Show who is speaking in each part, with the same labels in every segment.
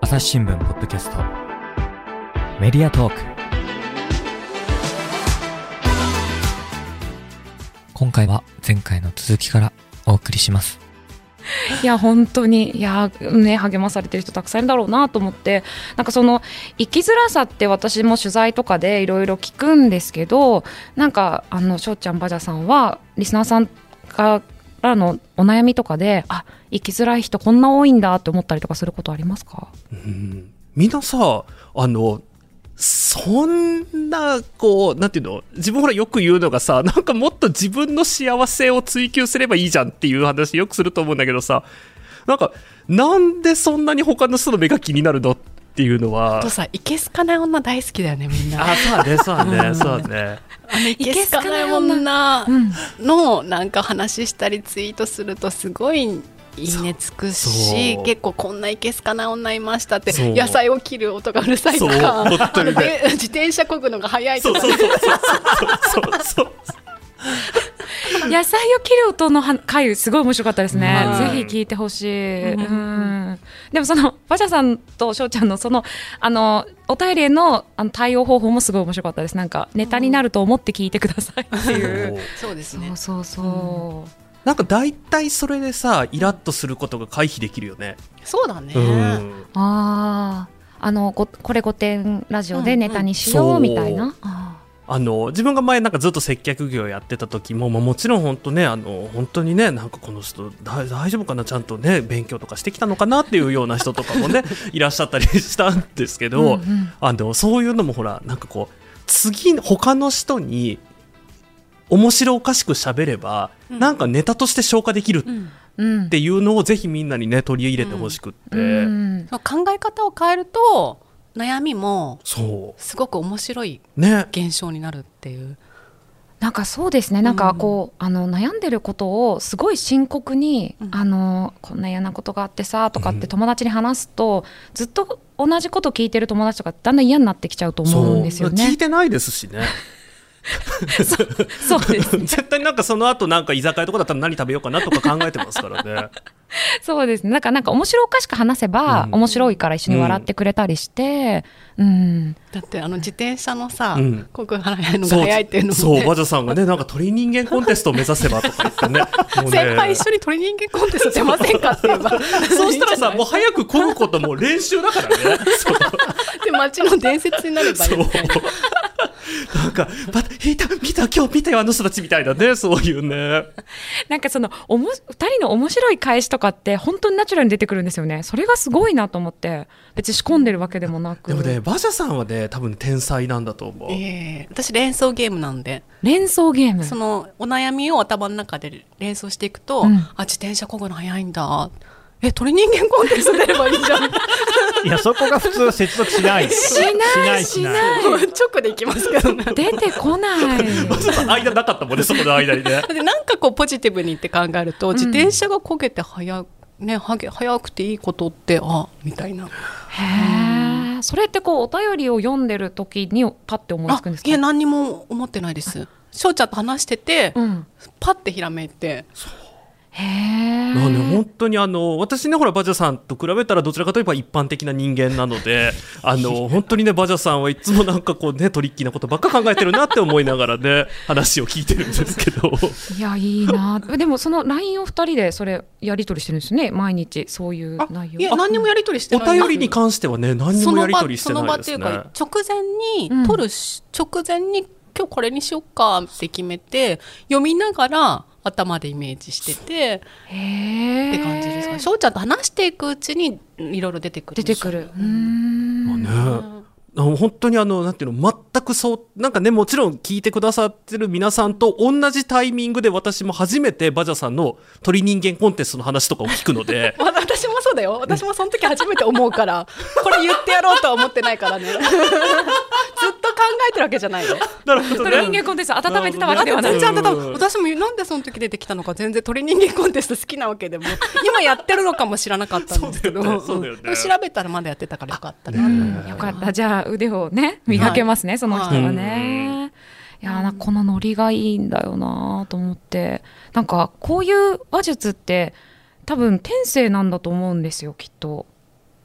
Speaker 1: 朝日新聞ポッドキャストメディアトーク今回は前回の続きからお送りします
Speaker 2: いや本当にいや、ね、励まされてる人たくさんいるだろうなと思ってなんかその生きづらさって私も取材とかでいろいろ聞くんですけどなんかあの翔ちゃんバジャさんはリスナーさんからのお悩みとかであ生きづらい人こんな多いんだって思ったりとかすることありますか
Speaker 3: うんみんなさ、あの、そんな、こう、なんていうの自分ほらよく言うのがさ、なんかもっと自分の幸せを追求すればいいじゃんっていう話よくすると思うんだけどさ、なんか、なんでそんなに他の人の目が気になるのっていうの
Speaker 4: あ
Speaker 3: は
Speaker 4: と。さ、いけすかない女大好きだよね、みんな。
Speaker 3: あ、そうだね、そうだ
Speaker 4: う
Speaker 3: ね、
Speaker 4: ん
Speaker 3: そうだね。
Speaker 4: いけすかない女
Speaker 2: うん
Speaker 4: のなんか話したりツイートするとすごいいいねつくし
Speaker 3: そう、
Speaker 4: 結構こんないけすかない女いましたって、
Speaker 3: そう
Speaker 4: 野菜を切る音がうるさいとか、
Speaker 3: そう本当にね
Speaker 4: で 自転車こぐのが早 い
Speaker 3: そ
Speaker 4: と
Speaker 3: うそ
Speaker 4: か
Speaker 3: うそうそうそうそう。
Speaker 2: 野菜を切る音のは回すごい面白かったですね、
Speaker 3: うん
Speaker 2: ぜひ聞いてほしい、
Speaker 4: うん
Speaker 2: うんでもその馬車さんと翔ちゃんのそのあのお便りへのあの対応方法もすごい面白かったですなんかネタになると思って聞いてくださいっていう、
Speaker 3: そう
Speaker 4: そうですね。
Speaker 2: そうそうそ
Speaker 3: なんか大体それでさ、イラッとすることが回避できるよね。
Speaker 4: そうだね。
Speaker 3: うん。
Speaker 2: う、あああのごこれ「御殿ラジオ」でネタにし
Speaker 3: うん
Speaker 2: よ
Speaker 3: う
Speaker 2: うんみたいな、
Speaker 3: そう
Speaker 2: あ
Speaker 3: あの自分が前なんかずっと接客業やってた時も、まあ、もちろん本当ねあの本当にねなんかこの人大大丈夫かなちゃんとね勉強とかしてきたのかなっていうような人とか もねいらっしゃったりしたんですけ
Speaker 2: ー
Speaker 3: ど、
Speaker 2: うんうん
Speaker 3: あのそういうのもほらなんかこう次他の人に面白おかしく喋れば、
Speaker 4: うん
Speaker 3: なんかネタとして消化できる
Speaker 4: う
Speaker 3: っ
Speaker 4: ん
Speaker 2: うん
Speaker 3: ていうのをぜひみんなにね取り入れてほしくって、
Speaker 2: うん
Speaker 4: まあ考え方を変えると悩みも
Speaker 3: そ
Speaker 4: すごく面白いう
Speaker 3: ね
Speaker 4: 現象になるっていう。
Speaker 2: なんかそうですねなんかこう、あの悩んでることをすごい深刻に、
Speaker 4: うん
Speaker 2: あのこんな嫌なことがあってさとかっ
Speaker 3: うん
Speaker 2: て友達に話すと、ずっと同じこと聞いてる友達とかだんだん嫌になってきちゃうと思うんですよ
Speaker 3: 聞い
Speaker 2: ね。
Speaker 3: てないですしね。
Speaker 2: そう です
Speaker 3: 絶対なんかその後なんか居酒屋とかだったら何食べようかなとか考えてますから ね。
Speaker 2: そうですねなんかなんか面白おかしく話せば、
Speaker 3: うん
Speaker 2: 面白いから一緒に笑ってくれたりして、うん、
Speaker 4: だってあの自転車のさ
Speaker 3: うん、
Speaker 4: こぐ払いのが早いっていうの
Speaker 3: そう
Speaker 4: も
Speaker 3: そう、
Speaker 4: ね
Speaker 3: バ。ジャさんがね、なんか鳥人間コンテストを目指せばとか言って ね。もうね
Speaker 4: 先輩一緒に鳥人間コンテスト出ませんかって言えば
Speaker 3: そうしたらさ、もう
Speaker 4: う
Speaker 3: 早くこぐことも練習だから ね。そう
Speaker 4: で街の伝説になればいい
Speaker 3: そう。なんか、また、見た、見た、今日見たよ、あの人たちみたいなね、そういうね。
Speaker 2: なんかそのおも2人の面白い返しとかって本当にナチュラルに出てくるんですよねそれがすごいなと思って別に仕込んでるわけでもなく
Speaker 3: でもね、バジャさんはね、多分天才なんだと思う。
Speaker 4: ええ私連想ゲームなんで、
Speaker 2: 連想ゲーム
Speaker 4: そのお悩みを頭の中で連想していくと、
Speaker 2: うん
Speaker 4: あ自転車こぐの早いんだえ鳥人間コンテスト出ればいいじゃん
Speaker 5: いや、そこが普通接続 しない。し
Speaker 2: ない
Speaker 5: しない。
Speaker 4: 直でいきますけどね
Speaker 2: 出てこない。
Speaker 3: バジャさん、間なかったもんね、そこの間にね。
Speaker 4: でなんかこうポジティブにって考えると、
Speaker 2: ん
Speaker 4: 自転車がこげて早ね、はげ早くていいことってあみたいな
Speaker 2: へえ。それってこうお便りを読んでる時にパッて思いつ
Speaker 4: あ
Speaker 2: くんです
Speaker 4: いや
Speaker 2: か。
Speaker 4: 何にも思ってないです翔ちゃんと話してて、
Speaker 2: うん。
Speaker 4: パッてひらめいて
Speaker 2: へえ。
Speaker 3: なんで本当にあの私ねほらバジャさんと比べたらどちらかといえば一般的な人間なの であの本当にねバジャさんはいつもなんかこうねトリッキーなことばっか考えてるなって思いながらね話を聞いてるんですけ ど
Speaker 2: いやいいな。でもそのラインを二人でそれやり取りしてるんですね。毎日そういう
Speaker 4: あ
Speaker 2: 内容。
Speaker 4: いや何にもやり取りして
Speaker 3: お
Speaker 4: ないです
Speaker 3: 便りに関してはね何に
Speaker 4: そ
Speaker 3: もや
Speaker 4: の
Speaker 3: り
Speaker 4: 場
Speaker 3: 取りし
Speaker 4: そ
Speaker 3: て
Speaker 4: の
Speaker 3: な
Speaker 4: 場
Speaker 3: い
Speaker 4: っ
Speaker 3: で
Speaker 4: て
Speaker 3: す
Speaker 4: いう
Speaker 3: ね。
Speaker 4: か直前
Speaker 2: うん
Speaker 4: に撮るし、直前に今日これにしよっかって決めて読みながら頭でイメージしてて
Speaker 2: へえ。
Speaker 4: って感じですかね翔ちゃんと話していくうちにいろいろ出てく
Speaker 2: 出
Speaker 4: るん
Speaker 2: て
Speaker 4: です
Speaker 2: く
Speaker 4: よ
Speaker 2: る。うーん。
Speaker 3: ねあの本当にあのなんていうの全くそうなんかねもちろん聞いてくださってる皆さんと同じタイミングで私も初めてバジャさんの鳥人間コンテストの話とかを聞 くので
Speaker 4: わ私もそうだよ私もその時初めて思うからこれ言ってやろうとは思ってないから ねずっと考えてるわけじゃないよ
Speaker 3: なるほど
Speaker 2: そ
Speaker 3: ね
Speaker 2: れ人間コンテスト温めてたわけではな
Speaker 4: 全
Speaker 2: い。
Speaker 4: 然あんた多
Speaker 3: うん
Speaker 4: 分私もなんでその時出てきたのか全然鳥人間コンテスト好きなわけ でも今やってるのかも知らなかったんですけど
Speaker 3: そうだよねそうだよね
Speaker 4: でも調べたらまだやってたからよかった
Speaker 2: う
Speaker 4: な、
Speaker 2: んよかった。じゃあ腕をね磨けますね、その人はね。いやーなんかこのノリがいいんだよなーと思ってなんかこういう話術って多分天性なんだと思うんですよきっと。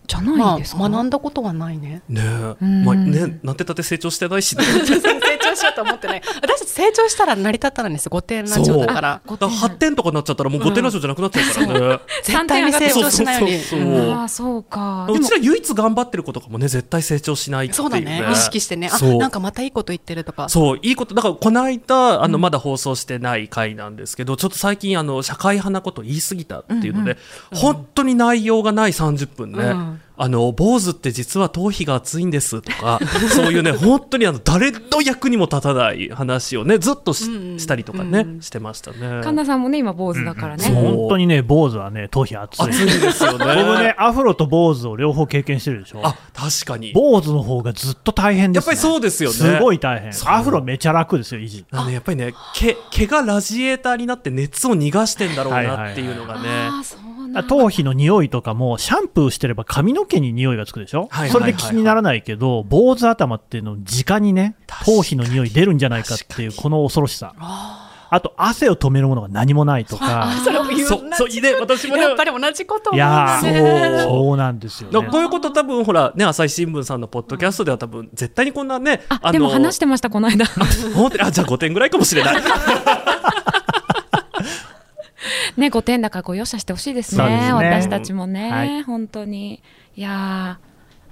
Speaker 2: じゃない
Speaker 4: ま
Speaker 2: ですか、
Speaker 4: あ、学んだことはないね。
Speaker 3: ねえ、
Speaker 2: うん
Speaker 3: まあね、なんてたって成長してないしね。
Speaker 4: 全然成長しようと思 ってない。私たち成長したら成り立たないんですよ。5点ラジオだから。
Speaker 3: だから8点とかになっちゃったらもう5点ラジオじゃなくなっちゃうからね。
Speaker 4: 絶対に成長しないように。
Speaker 3: そうそうそうそう
Speaker 2: ああそうか
Speaker 3: うちら唯一頑張ってることかもね、絶対成長しないっていう、
Speaker 4: そうだね。意識してね。あ、
Speaker 3: そう
Speaker 4: なんかまたいいこと言ってるとか。
Speaker 3: そう、いいこと、だからこの間、あの、まだ放送してない回なんですけど、ちょっと最近、あの、社会派なこと言い過ぎたっていうので、本当に内容がない30分ね。
Speaker 4: うん
Speaker 3: あの、坊主って実は頭皮が厚いんですとか、 そういうね、本当にあの、誰の役にも立たない話をね、ずっとし,、
Speaker 4: うんうん
Speaker 3: たりとかね、
Speaker 4: うんうん
Speaker 3: してましたね。
Speaker 2: 神田さんもね今坊主だからね、
Speaker 3: うんうんそう
Speaker 5: 本当にね、坊主はね、頭皮厚い。
Speaker 3: 熱いですよ ね。
Speaker 5: 僕ね、アフロと坊主を両方経験してるでしょ。
Speaker 3: あ、確かに。
Speaker 5: 坊主の方がずっと大変で
Speaker 3: やっ
Speaker 5: す、ね。
Speaker 3: ぱりそうですよね。
Speaker 5: すごい大変。
Speaker 3: そう
Speaker 5: アフロめちゃ楽ですよ、維持。
Speaker 3: あのねやっぱりね、毛、毛がラジエーターになって熱を逃がしてんだろう
Speaker 5: はいはいは
Speaker 3: ないっていうのがね。
Speaker 2: ああそうなんだ
Speaker 5: 頭皮の匂いとかも、シャンプーしてれば髪の毛に匂いがつくでしょ、
Speaker 3: はいはいはい
Speaker 5: それで気にならないけど、坊主頭っていうの、直にね、頭皮の匂い出るんじゃないかっていう、この恐ろしさ。あと、汗を止めるものが何もないとか。
Speaker 4: それも言う
Speaker 3: そ
Speaker 4: 同
Speaker 3: う、
Speaker 4: じ
Speaker 3: そう、いいね、私もね
Speaker 4: やっぱり同じこと
Speaker 5: い
Speaker 4: 思う
Speaker 5: や
Speaker 4: ね。
Speaker 5: ー、
Speaker 3: そう
Speaker 5: そうなんですよ
Speaker 3: だからこ
Speaker 5: ね。
Speaker 3: ういうこと多分ほらね、朝日新聞さんのポッドキャストでは多分絶対にこんなね、
Speaker 2: あでも話してましたこの間
Speaker 3: 本当に、あ、じゃあ5点ぐらいかもしれない。
Speaker 2: ね5点だからこう容赦してほしいです
Speaker 5: そう
Speaker 2: ね
Speaker 5: ですね
Speaker 2: 私たちもね、
Speaker 5: はい
Speaker 2: 本当にいやー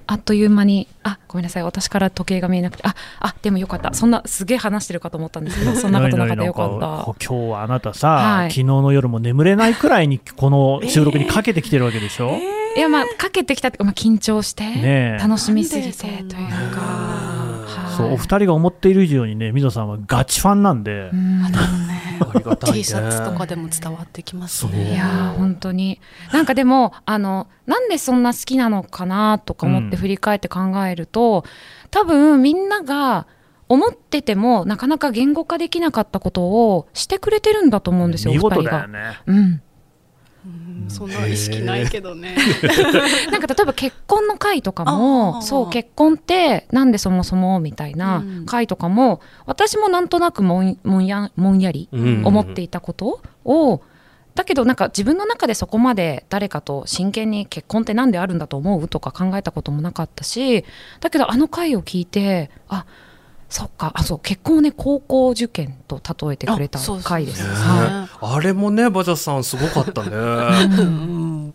Speaker 2: あっという間にあごめんなさい私から時計が見えなくてああでもよかったそんなすげえ話してるかと思ったんですけ どそんなことなかったよかった
Speaker 5: こ今日はあなたさ、
Speaker 2: はい
Speaker 5: 昨日の夜も眠れないくらいにこの収録にかけてきてるわけでしょ、
Speaker 2: いやまあかけてきたっていうか、まあ、緊張して、
Speaker 5: ねえ
Speaker 2: 楽しみすぎてと
Speaker 4: ないん
Speaker 2: う
Speaker 4: で
Speaker 2: か
Speaker 4: そんな
Speaker 2: はい
Speaker 5: そうお二人が思っている以上にね、水野さんはガチファンなんで、
Speaker 2: うん
Speaker 3: ありがたいね
Speaker 4: T シャツとかでも伝わってきます
Speaker 3: そう
Speaker 4: ね。
Speaker 2: いやー本当になんかでもあのなんでそんな好きなのかなとか思っ
Speaker 5: うん
Speaker 2: て振り返って考えると、多分みんなが思っててもなかなか言語化できなかったことをしてくれてるんだと思うんですよ
Speaker 5: 見
Speaker 2: お二
Speaker 5: 事
Speaker 2: 人
Speaker 5: だよ
Speaker 2: が。
Speaker 5: ね。
Speaker 2: うん、
Speaker 4: うんそんな意識ないけどね。
Speaker 2: なんか例えば結婚の回とかも
Speaker 4: あー
Speaker 2: そう結婚ってなんでそもそもみたいな
Speaker 4: うん
Speaker 2: 回とかも、私もなんとなくもんもんやもんやり
Speaker 3: うん
Speaker 2: 思っていたことを、だけどなんか自分の中でそこまで誰かと真剣に結婚って何であるんだと思うとか考えたこともなかったしだけどあの回を聞いてあそっかあそう結婚をね高校受験と例えてくれた
Speaker 4: あそうそう
Speaker 2: 回です。
Speaker 3: ね
Speaker 2: は
Speaker 3: あれもね、バジャさんすごかったね。
Speaker 4: うん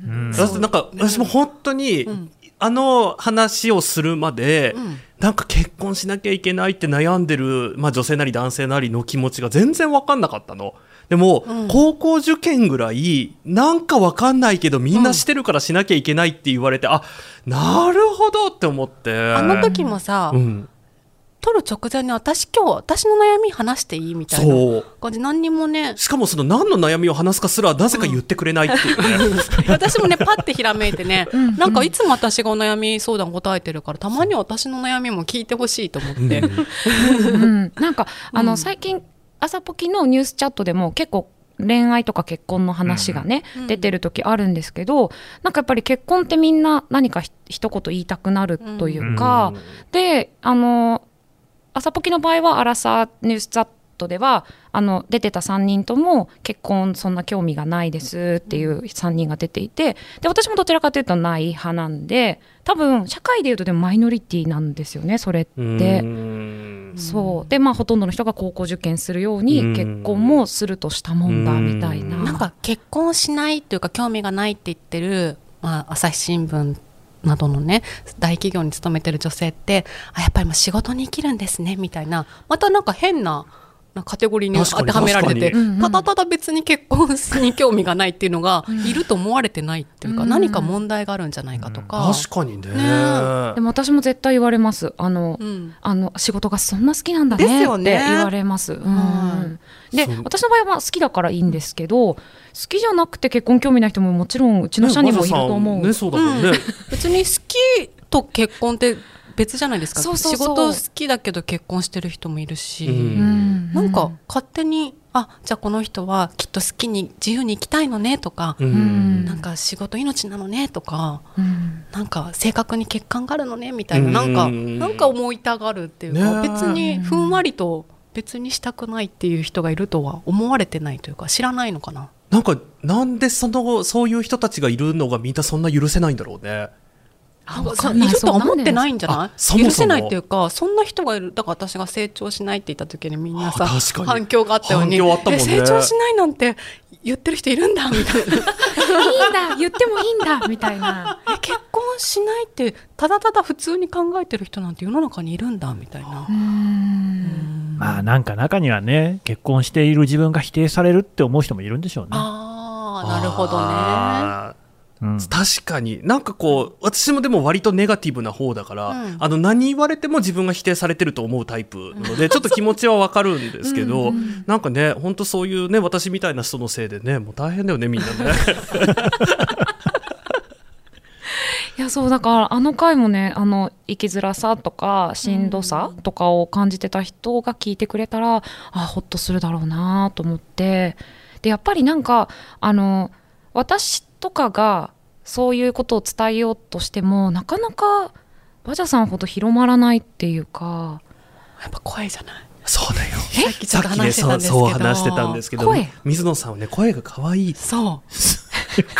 Speaker 5: うん
Speaker 3: だってなんか私も本当に、
Speaker 4: ん
Speaker 3: あの話をするまで、
Speaker 4: うん
Speaker 3: なんか結婚しなきゃいけないって悩んでる、まあ、女性なり男性なりの気持ちが全然分かんなかったの。でも、
Speaker 4: うん
Speaker 3: 高校受験ぐらいなんか分かんないけどみんなしてるからしなきゃいけないって言われて、あなるほどって思って
Speaker 4: あの時もさ
Speaker 3: う、ん、
Speaker 4: 撮る直前に私今日私の悩み話していいみたいな
Speaker 3: そう
Speaker 4: 感じ何にもね
Speaker 3: しかもその何の悩みを話すかすらなぜか言ってくれないっていうね、
Speaker 4: 私もねパッてひらめいてね
Speaker 2: ん
Speaker 4: なんかいつも私がお悩み相談答えてるからたまには私の悩みも聞いてほしいと思 って
Speaker 2: うんなんか、あ
Speaker 4: うん
Speaker 2: の最近朝ポキのニュースチャットでも結構恋愛とか結婚の話がね、
Speaker 4: うん
Speaker 2: 出てる時あるんですけどなんかやっぱり結婚ってみんな何かひ一言言いたくなるというか、であの朝ポキの場合はアラサーニュースチャットではあの出てた3人とも結婚そんな興味がないですっていう3人が出ていてで私もどちらかというとない派なんで多分社会でいうとでもマイノリティなんですよねそれって。
Speaker 3: うんうん
Speaker 2: そうでまあほとんどの人が高校受験するように
Speaker 3: うん
Speaker 2: 結婚もするとしたもんだ
Speaker 3: うん
Speaker 2: みたいな
Speaker 4: なんか結婚しないっていうか興味がないって言ってる、まあ、朝日新聞などのね大企業に勤めてる女性ってあやっぱりもう仕事に生きるんですねみたいなまたなんか変な。なんかカテゴリーに
Speaker 3: 確か
Speaker 4: 当
Speaker 3: に
Speaker 4: てはめられてて
Speaker 3: 確か
Speaker 2: にうんうん
Speaker 4: ただただ別に結婚に興味がないっていうのがいると思われてないっていうか、
Speaker 2: うん
Speaker 4: 何か問題があるんじゃないかとか、
Speaker 3: 確かにね
Speaker 4: ねえ
Speaker 2: でも私も絶対言われますあの、
Speaker 4: うん
Speaker 2: あの仕事がそんな好きなんだね
Speaker 4: ですよ
Speaker 2: って
Speaker 4: ね
Speaker 2: 言われます。うん
Speaker 4: は
Speaker 2: で
Speaker 3: そう
Speaker 2: 私の場合はまあ好きだからいいんですけど好きじゃなくて結婚興味ない人ももちろんうちの社にもいると思う。
Speaker 3: ね、そうだもんね、
Speaker 4: 別に好きと結婚って別じゃないですか
Speaker 2: そうそうそう
Speaker 4: 仕事好きだけど結婚してる人もいるし、
Speaker 3: うん
Speaker 2: うん
Speaker 4: なんか勝手に、あじゃあこの人はきっと好きに自由に生きたいのねとか、
Speaker 3: う
Speaker 2: うん
Speaker 4: なんか仕事命なのねとか
Speaker 2: うん
Speaker 4: なんか性格に欠陥があるのねみたいな、
Speaker 3: うん
Speaker 4: なんかなんか思いたがるっていうか、
Speaker 3: ねえ
Speaker 4: 別にふんわりと別にしたくないっていう人がいるとは思われてないというか知らないのかな。
Speaker 3: なんかなんでそのそういう人たちがいるのがみんなそんな許せないんだろうね
Speaker 4: な
Speaker 2: わ
Speaker 4: んか
Speaker 2: か
Speaker 4: さ
Speaker 2: んない
Speaker 4: いるとは思ってないんじゃ
Speaker 3: そうな
Speaker 4: なんい
Speaker 3: ですあそもそも
Speaker 4: 許せないっていうかそんな人がいるだから私が成長しないって言った時にみんなさ
Speaker 3: あ確かに
Speaker 4: 反響があったよう
Speaker 3: 反
Speaker 4: に
Speaker 3: 響あったもんね
Speaker 4: え成長しないなんて言ってる人いるんだみたいな
Speaker 2: いんだ言ってもいいんだみたいな
Speaker 4: え結婚しないってただただ普通に考えてる人なんて世の中にいるんだみたいな
Speaker 2: う。ん
Speaker 5: まあなんか中にはね、結婚している自分が否定されるって思う人もいるんでしょうね。
Speaker 4: ああなるほどね。
Speaker 3: あ
Speaker 5: うん
Speaker 3: ー確かになんかこう私もでも割とネガティブな方だから、
Speaker 4: うん
Speaker 3: あの何言われても自分が否定されてると思うタイプなの で、ちょっと気持ちはわかるんですけどなんかね本当そういうね私みたいな人のせいでねもう大変だよねみ んなね
Speaker 2: いやそうだからあの回もねあの生きづらさとかしんどさとかを感じてた人が聞いてくれたらあほっとするだろうなと思ってでやっぱりなんかあの私とかがそういうことを伝えようとしてもなかなかバジャさんほど広まらないっていうか
Speaker 4: やっぱ声じゃない。
Speaker 3: そうだよ
Speaker 4: さっきち
Speaker 3: さ
Speaker 4: ょ
Speaker 3: っ
Speaker 4: っと
Speaker 3: きね
Speaker 4: 話して
Speaker 3: そう
Speaker 4: た
Speaker 3: ん
Speaker 4: ですけ
Speaker 3: そ
Speaker 4: ど。
Speaker 3: う話してたんですけど
Speaker 2: 声
Speaker 3: 水野さんはね声が可愛い
Speaker 4: そう。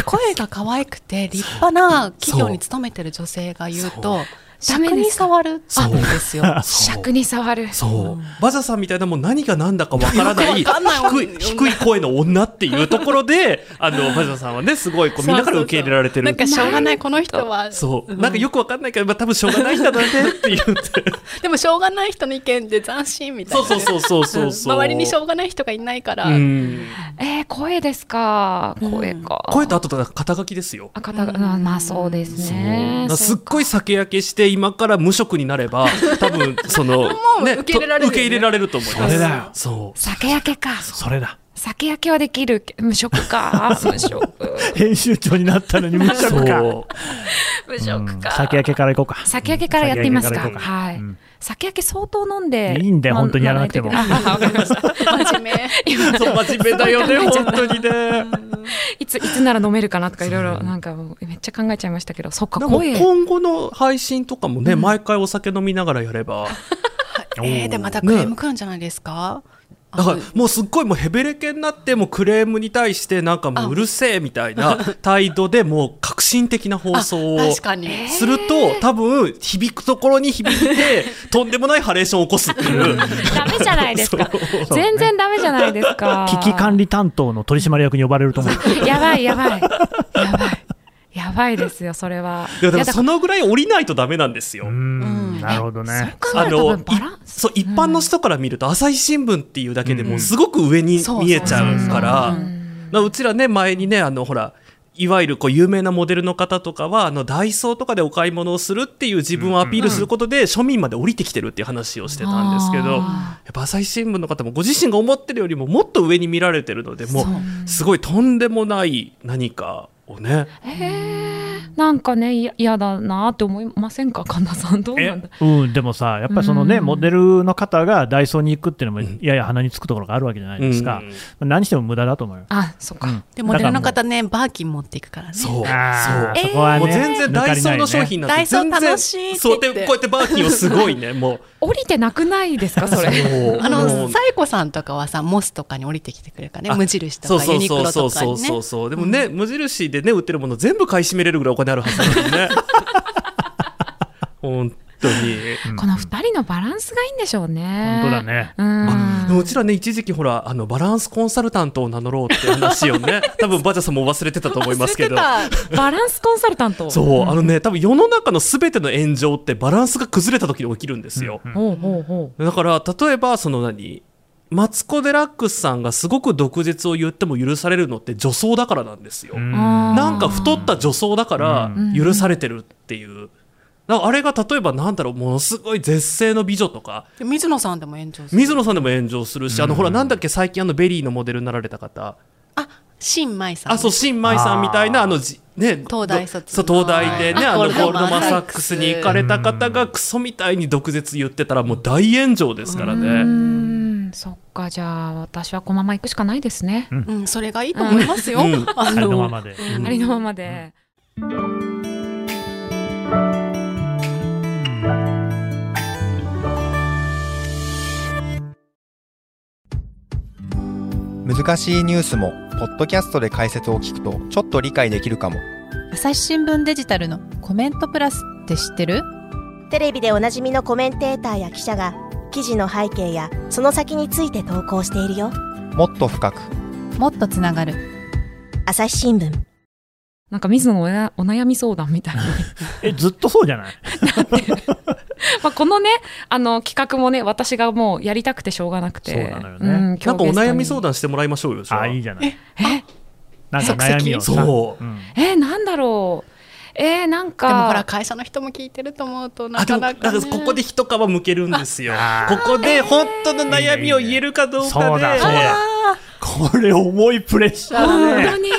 Speaker 4: 声が可愛くて立派な企業に勤めてる女性が言う
Speaker 3: そ
Speaker 4: と、
Speaker 2: ダ
Speaker 4: 尺
Speaker 2: メで
Speaker 4: に
Speaker 2: すか
Speaker 4: 触るん
Speaker 3: そう
Speaker 4: ですよ。
Speaker 2: 尺に触る
Speaker 3: そう、バザさんみたいなもう何が何だかわからない
Speaker 4: よくわかんない
Speaker 3: 低い低い声の女っていうところで あのバザさんはねすごいこうみんなから受け入れられてる
Speaker 4: なんかしょうがないこの人は
Speaker 3: そうなんかよくわかんないから、まあ、多分しょうがないんだろうねって言って
Speaker 4: でもしょうがない人の意見で斬新みたい
Speaker 3: そ
Speaker 4: な
Speaker 3: うそうそうそうそうそう
Speaker 4: 周りにしょうがない人がいないから、
Speaker 3: うん
Speaker 2: えー、声ですか声か、
Speaker 3: 声とあと肩書きですよ
Speaker 2: あ肩がうんまあそうですね
Speaker 3: そうすっご
Speaker 2: い
Speaker 3: い酒焼けして今から無職になれば多分その
Speaker 4: う受け入れられるよね
Speaker 3: と受け入れられると思います
Speaker 5: それだよ
Speaker 3: そう
Speaker 2: 酒焼けか
Speaker 5: それだ。
Speaker 2: 酒焼けはできるけ無職 か無職
Speaker 5: 編集長になったのに無
Speaker 3: そ
Speaker 5: 職か。
Speaker 3: う
Speaker 2: 無職か
Speaker 5: 先明けから行こうか。
Speaker 2: 酒焼けからやってみます
Speaker 5: 酒
Speaker 2: か
Speaker 5: 焼けら行こう
Speaker 2: はい、
Speaker 5: うん
Speaker 2: 酒焼け相当飲んで
Speaker 5: いいんだよ
Speaker 2: ま
Speaker 5: 本当にやらなくても
Speaker 2: まあないといけないあわかりました
Speaker 4: 真面目
Speaker 3: そう真面目だよね
Speaker 2: すごい考えちゃ
Speaker 3: 本
Speaker 2: った
Speaker 3: 当にね
Speaker 2: いついつなら飲めるかなとかいろいろなんかもうめっちゃ考えちゃいましたけどそっか
Speaker 3: なんか
Speaker 2: 声
Speaker 3: 今後の配信とかもね、毎回お酒飲みながらやれば、
Speaker 4: えー、でまたクレーム来るんじゃないですか、
Speaker 3: だから
Speaker 4: あの
Speaker 3: もうすっごいもうヘベレケになって、もうクレームに対してなんかもううるせえみたいな態度でもう革新的な放送を
Speaker 4: あ確かに、
Speaker 3: すると、多分響くところに響い て、とんでもないハレーションを起こすっていう。
Speaker 2: ダメじゃないですか
Speaker 5: そう
Speaker 2: 全然ダメじゃないですか
Speaker 5: 危機管理担当の取締役に呼ばれると思う。
Speaker 2: やばいやばいやばいやばいですよそれはい
Speaker 3: やで
Speaker 2: い
Speaker 3: も
Speaker 2: やだか
Speaker 3: そのぐらい降りないとダメなんですよ。
Speaker 5: うん、なるほどね。
Speaker 2: ら考
Speaker 3: あ
Speaker 2: えた
Speaker 3: の、
Speaker 2: ら多分バラン
Speaker 3: い
Speaker 2: ス
Speaker 3: そう、一般の人から見ると、朝日新聞っていうだけでもうすごく上に
Speaker 4: そう
Speaker 3: 見えちゃうから、なうちらね、前にね、あの、ほら、いわゆるこう有名なモデルの方とかはあのダイソーとかでお買い物をするっていう自分をアピールすることで庶民まで降りてきてるっていう話をしてたんですけどや
Speaker 2: あ
Speaker 3: っぱ朝日新聞の方もご自身が思ってるよりももっと上に見られてるのでもうすごいとんでもない何かをね
Speaker 2: なんかねいや嫌だなって思いませんか神田さんどうなんだ
Speaker 5: うん、でもさ、やっぱりそのね、
Speaker 2: うん
Speaker 5: モデルの方がダイソーに行くっていうのも、やや鼻につくところがあるわけじゃないですか。何しても無駄だと思うよ。
Speaker 2: あそっか、
Speaker 4: でモデルの方ねバーキン持っていくからね
Speaker 3: そうそう
Speaker 5: あー
Speaker 2: そう
Speaker 5: そこはね、
Speaker 3: もう全然ダイソーの商
Speaker 5: 抜かりないね
Speaker 3: 品なんて全然
Speaker 4: ダイソー楽しいって言って
Speaker 3: そうでこうやってバーキンをすごいねもう
Speaker 2: 降りてなくないです かそれ
Speaker 3: もうも
Speaker 4: あの
Speaker 3: う
Speaker 4: サイコさんとかはさモスとかに降りてきてくれるからね無印
Speaker 3: そ
Speaker 4: と
Speaker 3: う
Speaker 4: か
Speaker 3: そ
Speaker 4: ユ
Speaker 3: う
Speaker 4: ニク
Speaker 3: そ
Speaker 4: ロ
Speaker 3: うそ
Speaker 4: と
Speaker 3: う
Speaker 4: か
Speaker 3: そう
Speaker 4: にね
Speaker 3: そうそうでもね、無印でね売ってるもの全部買い占めれるぐらいお金あるはずなのに ね本当に、
Speaker 2: この二人のバランスがいいんでしょうね
Speaker 5: 本当だね。
Speaker 2: うん
Speaker 3: あでもうちらね一時期ほらあのバランスコンサルタントを名乗ろうって話を ね多分バジャさんも忘れてたと思いますけど
Speaker 4: 忘れてた
Speaker 2: バランスコンサルタント
Speaker 3: そうあのね多分世の中の全ての炎上ってバランスが崩れた時に起きるんですよ、
Speaker 2: ほうほうほ
Speaker 3: だから例えばその何マツコ・デラックスさんがすごく毒舌を言っても許されるのって女装だからなんですよ、
Speaker 5: うん
Speaker 2: うあー
Speaker 3: なんか太った女装だから
Speaker 5: うん
Speaker 3: 許されてるっていう。だからあれが例えばなんだろう、ものすごい絶世の美女とか、
Speaker 4: で水野さんでも炎上する
Speaker 3: 水野さんでも炎上するし、あのほらなんだっけ最近あのベリーのモデルになられた方、
Speaker 4: あ新舞さん
Speaker 3: あ、そう、新米さんみたいなあのじ、ね、
Speaker 4: 東大卒
Speaker 3: そう、東大でね、あ
Speaker 4: あ
Speaker 3: のゴ
Speaker 4: ゴー
Speaker 3: ー
Speaker 4: ル
Speaker 3: ル
Speaker 4: ド
Speaker 3: ド
Speaker 4: マン
Speaker 3: マン
Speaker 4: サ
Speaker 3: サ
Speaker 4: ッ
Speaker 3: ッ
Speaker 4: ク
Speaker 3: クス
Speaker 4: ス
Speaker 3: に行かれた方がクソみたいに毒舌言ってたらもう大炎上ですか らね。
Speaker 2: うんそっかじゃあ私はこのまま行くしかないですね、
Speaker 4: うん、それがいいと思いますよ。
Speaker 3: うんうん
Speaker 4: あ
Speaker 5: ありのままで。
Speaker 2: ありのままで、
Speaker 6: 難しいニュースもポッドキャストで解説を聞くとちょっと理解できるかも
Speaker 7: 朝日新聞デジタルのコメントプラスって知ってる
Speaker 8: テレビでおなじみのコメンテーターや記者が記事の背景やその先について投稿しているよ
Speaker 6: もっと深く
Speaker 7: もっとつながる
Speaker 8: 朝日新聞
Speaker 2: なんか水野のおやお悩み相談みたいな
Speaker 5: え、ずっとそうじゃない
Speaker 2: まあこのねあの企画もね私がもうやりたくてしょうがなくて
Speaker 5: そうなのよね
Speaker 2: ん、
Speaker 3: なんかお悩み相
Speaker 2: 談
Speaker 3: 談してもらいましょうよ、じゃ
Speaker 5: あ、いいじゃない。
Speaker 2: え
Speaker 5: なんか悩みをさ。
Speaker 3: そう
Speaker 5: うん
Speaker 2: えーなんだろうえー、なんか
Speaker 4: でもほら会社の人も聞いてると思うと
Speaker 3: あ
Speaker 4: な
Speaker 3: で
Speaker 4: か
Speaker 3: も
Speaker 4: な
Speaker 3: だ
Speaker 4: か、
Speaker 3: か
Speaker 4: ね、
Speaker 3: らここで一皮むけるんですよ
Speaker 5: あ。
Speaker 3: ここで本当の悩みを言えるかどうか
Speaker 5: そう
Speaker 3: で、
Speaker 5: だ、そうだ。これ重いプレッシャーだ
Speaker 2: 本
Speaker 5: ね
Speaker 2: 当に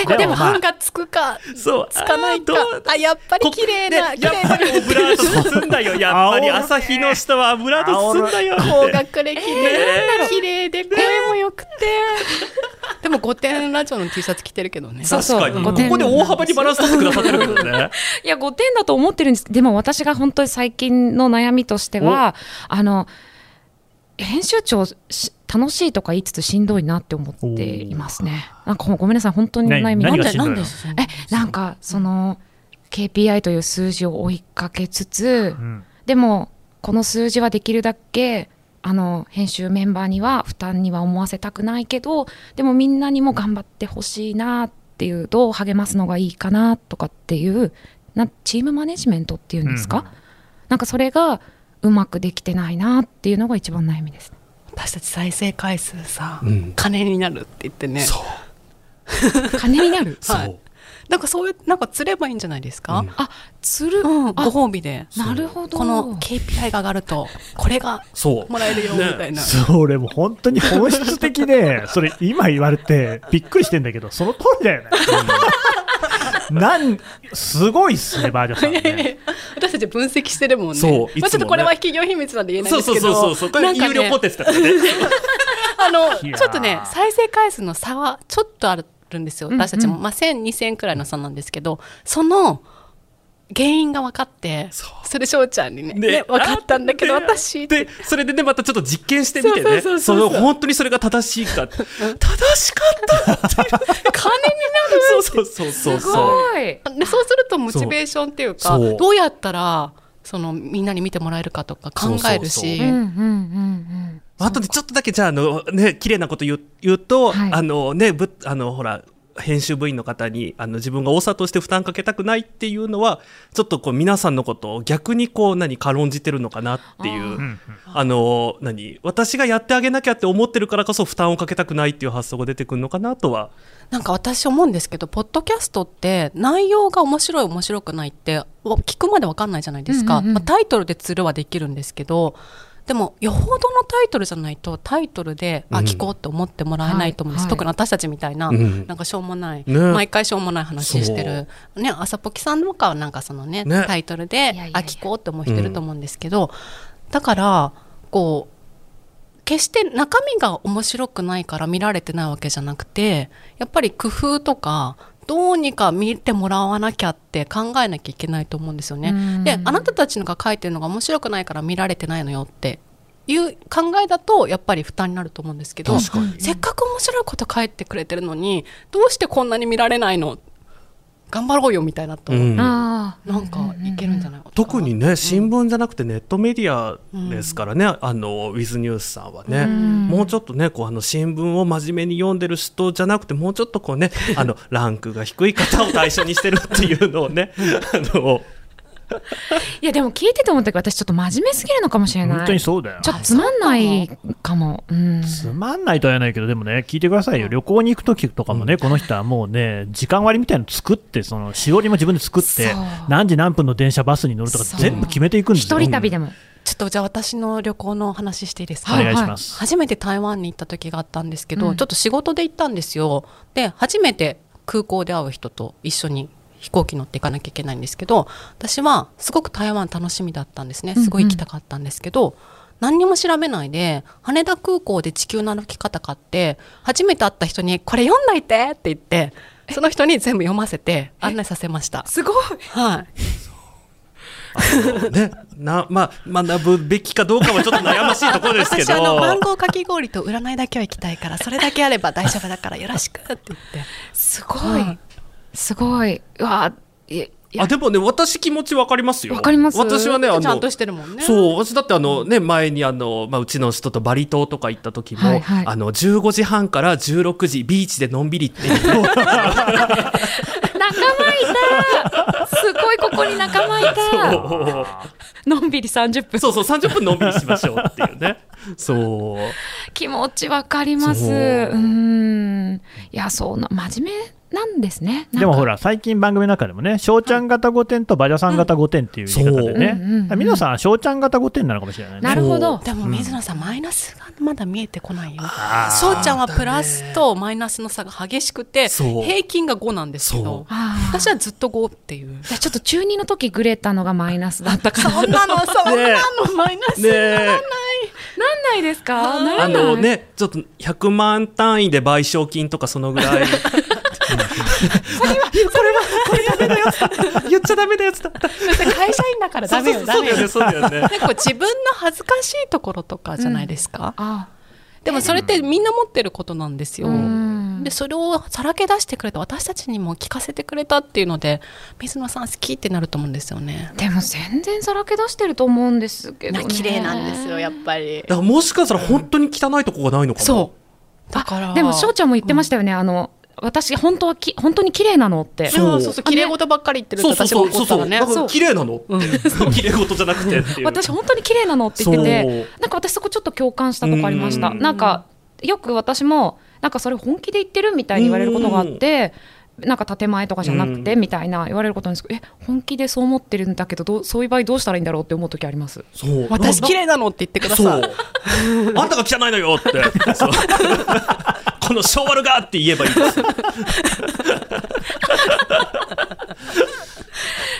Speaker 2: え
Speaker 5: で
Speaker 2: で
Speaker 5: も
Speaker 2: も
Speaker 5: まあ
Speaker 4: がつくか
Speaker 3: そう
Speaker 4: つかないか
Speaker 3: あーどう
Speaker 4: あやっぱり綺麗な
Speaker 3: ここで
Speaker 4: 綺麗
Speaker 3: やっぱりオブラート包んだよ。やっぱり朝日の下はオブラート包んだよ。
Speaker 4: 高学歴で綺麗で声も良くてでも5点ラジオの T シャツ着てるけどね
Speaker 2: そうそう
Speaker 3: 確かに。こ
Speaker 2: 五点
Speaker 3: こで大幅にバランス取ってくださってるけどね。
Speaker 2: いや5点だと思ってるんですでも私が本当に最近の悩みとしてはあの編集長し楽しいとか言いつつしんどいなって思っていますねなんかごめんなさい本当にお悩みな
Speaker 5: 何
Speaker 2: ん
Speaker 5: が
Speaker 2: で
Speaker 5: しんどいの
Speaker 2: えなんかその KPI という数字を追いかけつつ
Speaker 5: うん
Speaker 2: でもこの数字はできるだけあの編集メンバーには負担には思わせたくないけどでもみんなにも頑張ってほしいなっていうどう励ますのがいいかなとかっていうなチームマネジメントっていうんですか、
Speaker 5: うん
Speaker 2: なんかそれがうまくできてないなっていうのが一番悩みです。
Speaker 4: 私たち再生回数さ、
Speaker 3: うん
Speaker 4: 金になるって言ってね
Speaker 3: そう。
Speaker 2: 金になる
Speaker 3: そう。
Speaker 4: はいなんかそういうなんか釣ればいいんじゃないですか、
Speaker 2: あつる、
Speaker 4: うん
Speaker 2: あ
Speaker 4: ご褒美で
Speaker 2: なるほど
Speaker 4: この KPI が上がるとこれが
Speaker 3: そう。
Speaker 4: もらえるよみたいな、
Speaker 5: それも本当に本質 的で、それ今言われてびっくりしてんだけど、その通りだよね。なん、すごいっすね、バージョンさんね。
Speaker 4: 私たち分析してるもんね
Speaker 3: そういつもね
Speaker 4: まあ、ちょっとこれは企業秘密なんで言えないん
Speaker 3: そう
Speaker 4: です
Speaker 3: そう
Speaker 4: けど
Speaker 3: そうそう。これ有料
Speaker 4: なん
Speaker 3: コン
Speaker 4: かね
Speaker 3: テンツだからね。
Speaker 4: あ
Speaker 5: いや
Speaker 4: の
Speaker 5: ー
Speaker 4: ちょっとね再生回数の差はちょっとあるんですよ
Speaker 2: んうん
Speaker 4: 私たちも、まあ、10002000くらいの差なんですけどその原因が分かって
Speaker 3: そ
Speaker 4: それ翔ちゃんにね
Speaker 3: ね
Speaker 4: ね分かったんだけど
Speaker 3: あで
Speaker 4: 私って
Speaker 3: で、それでね、またちょっと実験してみてね。
Speaker 4: そうそう
Speaker 3: そ
Speaker 4: そうそう
Speaker 3: の本当にそれが正しいか。正しかったっていう。
Speaker 4: 金に
Speaker 3: そうそうそうそう。
Speaker 2: すごい
Speaker 4: でそうするとモチベーションっていうか
Speaker 3: そう
Speaker 4: どうやったらそのみんなに見てもらえるかとか考えるし
Speaker 2: うんうんうんうん
Speaker 3: あとでちょっとだけじゃあ、あの、ね、綺麗なこと言う言うと、
Speaker 2: はい
Speaker 3: あのね、ぶあの、ほら、編集部員の方に、あの、自分が多さとして負担かけたくないっていうのは、ちょっとこう、皆さんのことを逆にこう、何、軽んじてるのかなっていうう、
Speaker 5: ん
Speaker 3: あの、何、私がやってあげなきゃって思ってるからこそ負担をかけたくないっていう発想が出てくるのかなとは。
Speaker 4: なんか私思うんですけどポッドキャストって内容が面白い面白くないってお聞くまで分かんないじゃないですか、
Speaker 2: うんうんうん
Speaker 4: まあ、タイトルで釣るはできるんですけどでもよほどのタイトルじゃないとタイトルで、あ
Speaker 3: うん
Speaker 4: 聞こうって思ってもらえないと思うんです、
Speaker 2: はい
Speaker 4: 特に私たちみたいな、
Speaker 3: うん
Speaker 4: なんかしょうもない、
Speaker 3: ね
Speaker 4: 毎回しょうもない話してる、ね、朝ポキさんとかはなんかそのね
Speaker 3: ね
Speaker 4: タイトルで
Speaker 2: いやいや
Speaker 4: あ聞こうって思う人いると思うんですけど、だからこう決して中身が面白くないから見られてないわけじゃなくてやっぱり工夫とかどうにか見てもらわなきゃって考えなきゃいけないと思うんですよ
Speaker 2: う
Speaker 4: ね
Speaker 2: ん。
Speaker 4: であなたたちのが書いてるのが面白くないから見られてないのよっていう考えだとやっぱり負担になると思うんですけど
Speaker 3: かに。
Speaker 4: せっかく面白いこと書いてくれてるのにどうしてこんなに見られないの頑張ろうよみたいなと、
Speaker 3: うん
Speaker 2: ああ
Speaker 4: なんかいけるんじゃないかな
Speaker 3: 特にね、新聞じゃなくてネットメディアですからね、あの、ウィズニュースさんはね。もうちょっとね、こうあの新聞を真面目に読んでる人じゃなくて、もうちょっとこうね、あのランクが低い方を対象にしてるっていうのをね、あの、
Speaker 2: いやでも聞いてて思ったけど私ちょっと真面目すぎるのかもしれない
Speaker 5: 本当にそうだよ。
Speaker 2: ちょっとつまんないかも。うん。
Speaker 5: つまんないとは言わないけど、でもね、聞いてくださいよ、旅行に行くときとかもね、この人はもうね、時間割みたいなの作って、そのしおりも自分で作って
Speaker 2: そう、
Speaker 5: 何時何分の電車、バスに乗るとか、
Speaker 2: そう
Speaker 5: 全部決めていくんです
Speaker 2: 一
Speaker 5: よ、
Speaker 2: 人旅でも。
Speaker 4: ちょっとじゃあ私の旅行の話していいです
Speaker 5: お
Speaker 4: か、
Speaker 2: はい
Speaker 5: 願いします。
Speaker 4: 初めて台湾に行った時があったんですけど、
Speaker 2: うん
Speaker 4: ちょっと仕事で行ったんですよで初めて空港で会う人と一緒に飛行機乗っていかなきゃいけないんですけど私はすごく台湾楽しみだったんですねすごい行きたかったんですけど、何にも調べないで羽田空港で地球の歩き方買って初めて会った人に「これ読んどいて!」って言ってその人に全部読ませて案内させました。
Speaker 2: すごい。
Speaker 4: はい
Speaker 3: ね、な、まあ、学ぶべきかどうかはちょっと悩ましいところですけ
Speaker 4: 私
Speaker 3: ど。
Speaker 4: あのマンゴーかき氷と占いだけは行きたいからそれだけあれば大丈夫だからよろしくって言って
Speaker 2: すごい。すごい。うわいいや
Speaker 3: あ、でもね、私気持ちわかりますよ。
Speaker 2: わかります
Speaker 3: 私はね、あの、
Speaker 4: ちゃんとしてるもんね
Speaker 3: そう、私だってあのね、前にあの、まあ、うちの人とバリ島とか行った時も、
Speaker 2: はいはい
Speaker 3: あの、15時半から16時、ビーチでのんびりっていうのを
Speaker 2: 仲間いたすごいここに仲間いたのんびり30分。
Speaker 3: そうそう、30分のんびりしましょうっていうね。そう。
Speaker 2: 気持ちわかります。。
Speaker 3: そううん
Speaker 2: いや、そうな、真面目なんですね。なんか
Speaker 5: でもほら、最近番組の中でもね、翔ちゃん型5点と馬車さん型5点っていう言い方で
Speaker 2: うんそううんうんうん
Speaker 5: ね、皆さん、翔ちゃん型5点なのかもしれない
Speaker 2: な
Speaker 5: ね。
Speaker 2: るほど。
Speaker 4: でも水野さん、マイナスがまだ見えてこないよそうちゃんはプラスとマイナスの差が激しくて
Speaker 3: そう
Speaker 4: 平均が5なんですけ
Speaker 3: そう
Speaker 4: ど
Speaker 2: ああ。
Speaker 4: 私はずっと5って いう
Speaker 2: じゃあちょっと中2の時グレたのがマイナスだったから。
Speaker 4: そんなのそん
Speaker 3: ね
Speaker 4: なのマイナス
Speaker 3: ねえ、
Speaker 2: なんないですかなら
Speaker 3: あ
Speaker 2: ない
Speaker 3: のね、ちょっと100万単位で賠償金とかそのぐらい。
Speaker 4: 言っちゃダメなやつだった会社員だからダメよダ
Speaker 3: そうだ
Speaker 4: メ
Speaker 3: よ
Speaker 4: よ
Speaker 3: ね、そうだよ ね。
Speaker 4: 結構自分の恥ずかしいところとかじゃないですか、
Speaker 2: あ
Speaker 4: でもそれってみんな持ってることなんですよ、
Speaker 2: うん
Speaker 4: でそれをさらけ出してくれた私たちにも聞かせてくれたっていうので水野さん好きってなると思うんですよね
Speaker 2: でも全然さらけ出してると思うんですけど、ね。
Speaker 4: っぱり
Speaker 3: だからもしかしたら本当に汚いとこがないのかも。
Speaker 4: そうだから
Speaker 2: でも翔ちゃんも言ってましたよね。あの、私本当はき、本当に綺麗なのって。
Speaker 3: そう
Speaker 4: そうそうそう綺麗事ばっかり言ってると
Speaker 3: そうそう
Speaker 4: 私
Speaker 3: そ
Speaker 4: も
Speaker 3: うそ
Speaker 4: 怒
Speaker 3: うそう。
Speaker 4: ったらね
Speaker 3: だから綺麗なのって。 綺麗事じゃなくてっていう。
Speaker 2: 私本当に綺麗なのって言ってて
Speaker 3: そ
Speaker 2: なんか私そこちょっと共感したとこありました
Speaker 3: うん
Speaker 2: なんかよく私もなんかそれ本気で言ってるみたいに言われることがあってなんか建前とかじゃなくて
Speaker 3: うん
Speaker 2: みたいな言われることなんですけどえ本気でそう思ってるんだけどどうそういう場合どうしたらいいんだろうって思う時あります
Speaker 3: そう。
Speaker 4: 私綺麗なのって言ってください
Speaker 3: そう。あんたが汚いのよって。そうこの昭和ルがって言えばいいです。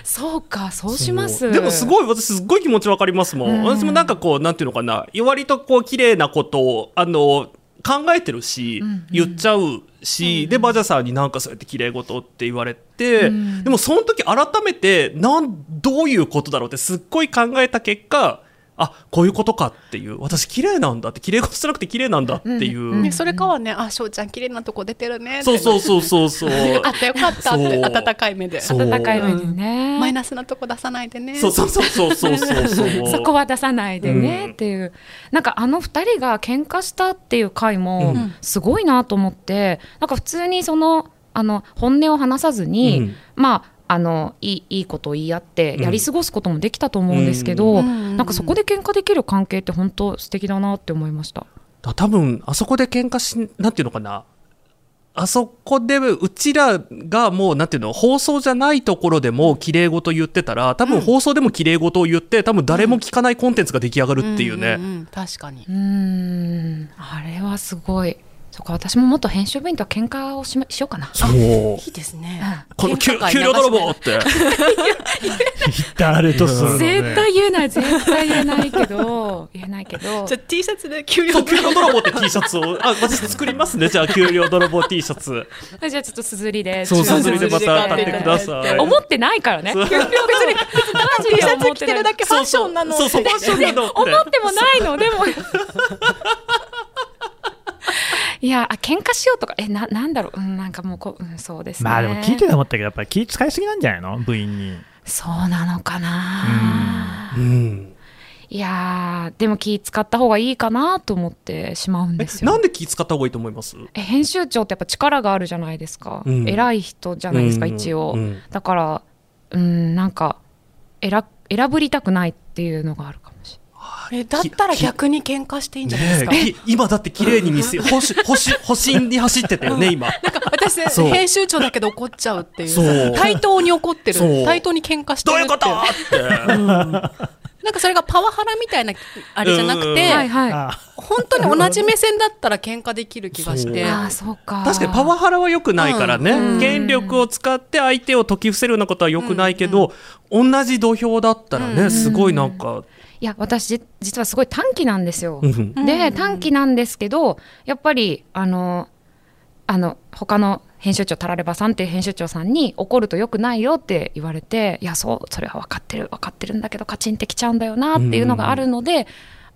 Speaker 2: そうかそうします
Speaker 3: でもす
Speaker 2: い
Speaker 3: ごい、私すっごい気持ちわかりますもん。
Speaker 2: うん
Speaker 3: 私もなんかこう、なんていうのかな。割とこう、綺麗なことを、あの、考えてるし、
Speaker 2: んうん
Speaker 3: 言っちゃうし、で、バジャさんになんかそうやって綺麗事って言われて、でもその時改めて、なん、どういうことだろうってすっごい考えた結果、あ、こういうことかっていう、私綺麗なんだって、綺麗事じゃなくて綺麗なんだっていう。
Speaker 2: うんうん
Speaker 4: ねそれかはねあ翔ちゃん綺麗なとこ出てるね
Speaker 3: そうそうそうそうそう。
Speaker 4: あったよかったって
Speaker 3: そう
Speaker 4: 温かい目で
Speaker 3: そう
Speaker 2: 温かい目でね、
Speaker 4: マイナスなとこ出さないでね
Speaker 3: そうそうそうそうそうそうそう。
Speaker 2: そこは出さないでね
Speaker 3: うん
Speaker 2: っていう、なんかあの2人が喧嘩したっていう回も
Speaker 3: うん
Speaker 2: すごいなと思って、なんか普通にそのあの本音を話さずに、
Speaker 3: うん
Speaker 2: まああのいいいいことを言い合ってやり過ごすこともできたと思うんですけど、
Speaker 4: うん
Speaker 2: なんかそこで喧嘩できる関係って本当素敵だなって思いました。
Speaker 3: だ多分、あそこで喧嘩し、なんていうのかな。あそこで、うちらがもう、なんていうの、放送じゃないところでも綺麗事言ってたら、多分放送でも綺麗事を言って、多分誰も聞かないコンテンツが出来上がるっていうね。
Speaker 4: んんん確かに
Speaker 2: うーんあれはすごいそっか私ももっと編集部員と喧嘩をしましようかな。
Speaker 3: そう。
Speaker 4: いいですね
Speaker 3: この給
Speaker 4: 喧嘩会
Speaker 3: 給料泥
Speaker 4: 流
Speaker 3: 棒
Speaker 4: し
Speaker 3: って。
Speaker 5: 誰とするのね
Speaker 2: 絶対言えない絶対言えないけど言えない けど
Speaker 4: じゃあ T シャツで給料
Speaker 3: そう、給料泥棒って T シャツを。あ、私作りますね。じゃあ、給料泥棒 T シャツ。
Speaker 2: じゃあちょっとすずりで
Speaker 3: そう、
Speaker 2: 注文
Speaker 3: すずりでまた買ってください。
Speaker 2: 思ってないからね。別に、 別に
Speaker 4: T シャツ着てるだけファッションなの
Speaker 3: そうそう、ファッションなのって。
Speaker 2: 思ってもないの、で も。いや、あ喧嘩しようとか、え、な、なんだろう、うん、なんかもうこう、うん、そうですね。
Speaker 5: まあでも聞いてて思ったけど、やっぱり気使いすぎなんじゃないの部員に。
Speaker 2: そうなのかな
Speaker 3: う。ん。
Speaker 2: いやー、でも気使った方がいいかなと思ってしまうん
Speaker 3: え
Speaker 2: ですよ。
Speaker 3: なんで気使った方がいいと思います
Speaker 2: え編集長ってやっぱ力があるじゃないですか、
Speaker 3: うん
Speaker 2: 偉い人じゃないですか、
Speaker 3: うん
Speaker 2: 一応、
Speaker 3: うん
Speaker 2: だからうんなんか選選ぶりたくないっていうのがあるかもし
Speaker 4: えだったら逆に喧嘩していいんじゃないですか、
Speaker 3: ねえき今だって綺麗に 見せ、星、星、星に走ってたよね、今。
Speaker 4: なんか私
Speaker 3: そう
Speaker 4: 編集長だけど怒っちゃうって
Speaker 3: そ
Speaker 4: いう
Speaker 3: う
Speaker 4: 対等に怒って
Speaker 3: そ
Speaker 4: る
Speaker 3: う
Speaker 4: 対等に喧嘩して
Speaker 3: どう
Speaker 4: る
Speaker 3: い
Speaker 4: っ
Speaker 3: う
Speaker 4: てい
Speaker 3: ことって。
Speaker 4: なんかそれがパワハラみたいなあれじゃな
Speaker 2: れ
Speaker 4: くて、
Speaker 2: ない、はいはいあ
Speaker 5: あ
Speaker 4: 本当に同じ目線だったら喧嘩できる気がして
Speaker 2: あーそうか
Speaker 3: 確かにパワハラは良くないからね、
Speaker 2: うん
Speaker 3: 権力を使って相手を解き伏せるようなことは良くないけど、同じ土俵だったらね、
Speaker 4: うん
Speaker 3: すごいなんか、
Speaker 2: いや私じ実はすごい短気なんですよ、
Speaker 3: うん
Speaker 4: うん
Speaker 2: で短期なんですけどやっぱりあのあの他の編集長タラレバさんっていう編集長さんに怒ると良くないよって言われていやそうそれは分かってる分かってるんだけどカチンってきちゃうんだよなっていうのがあるので。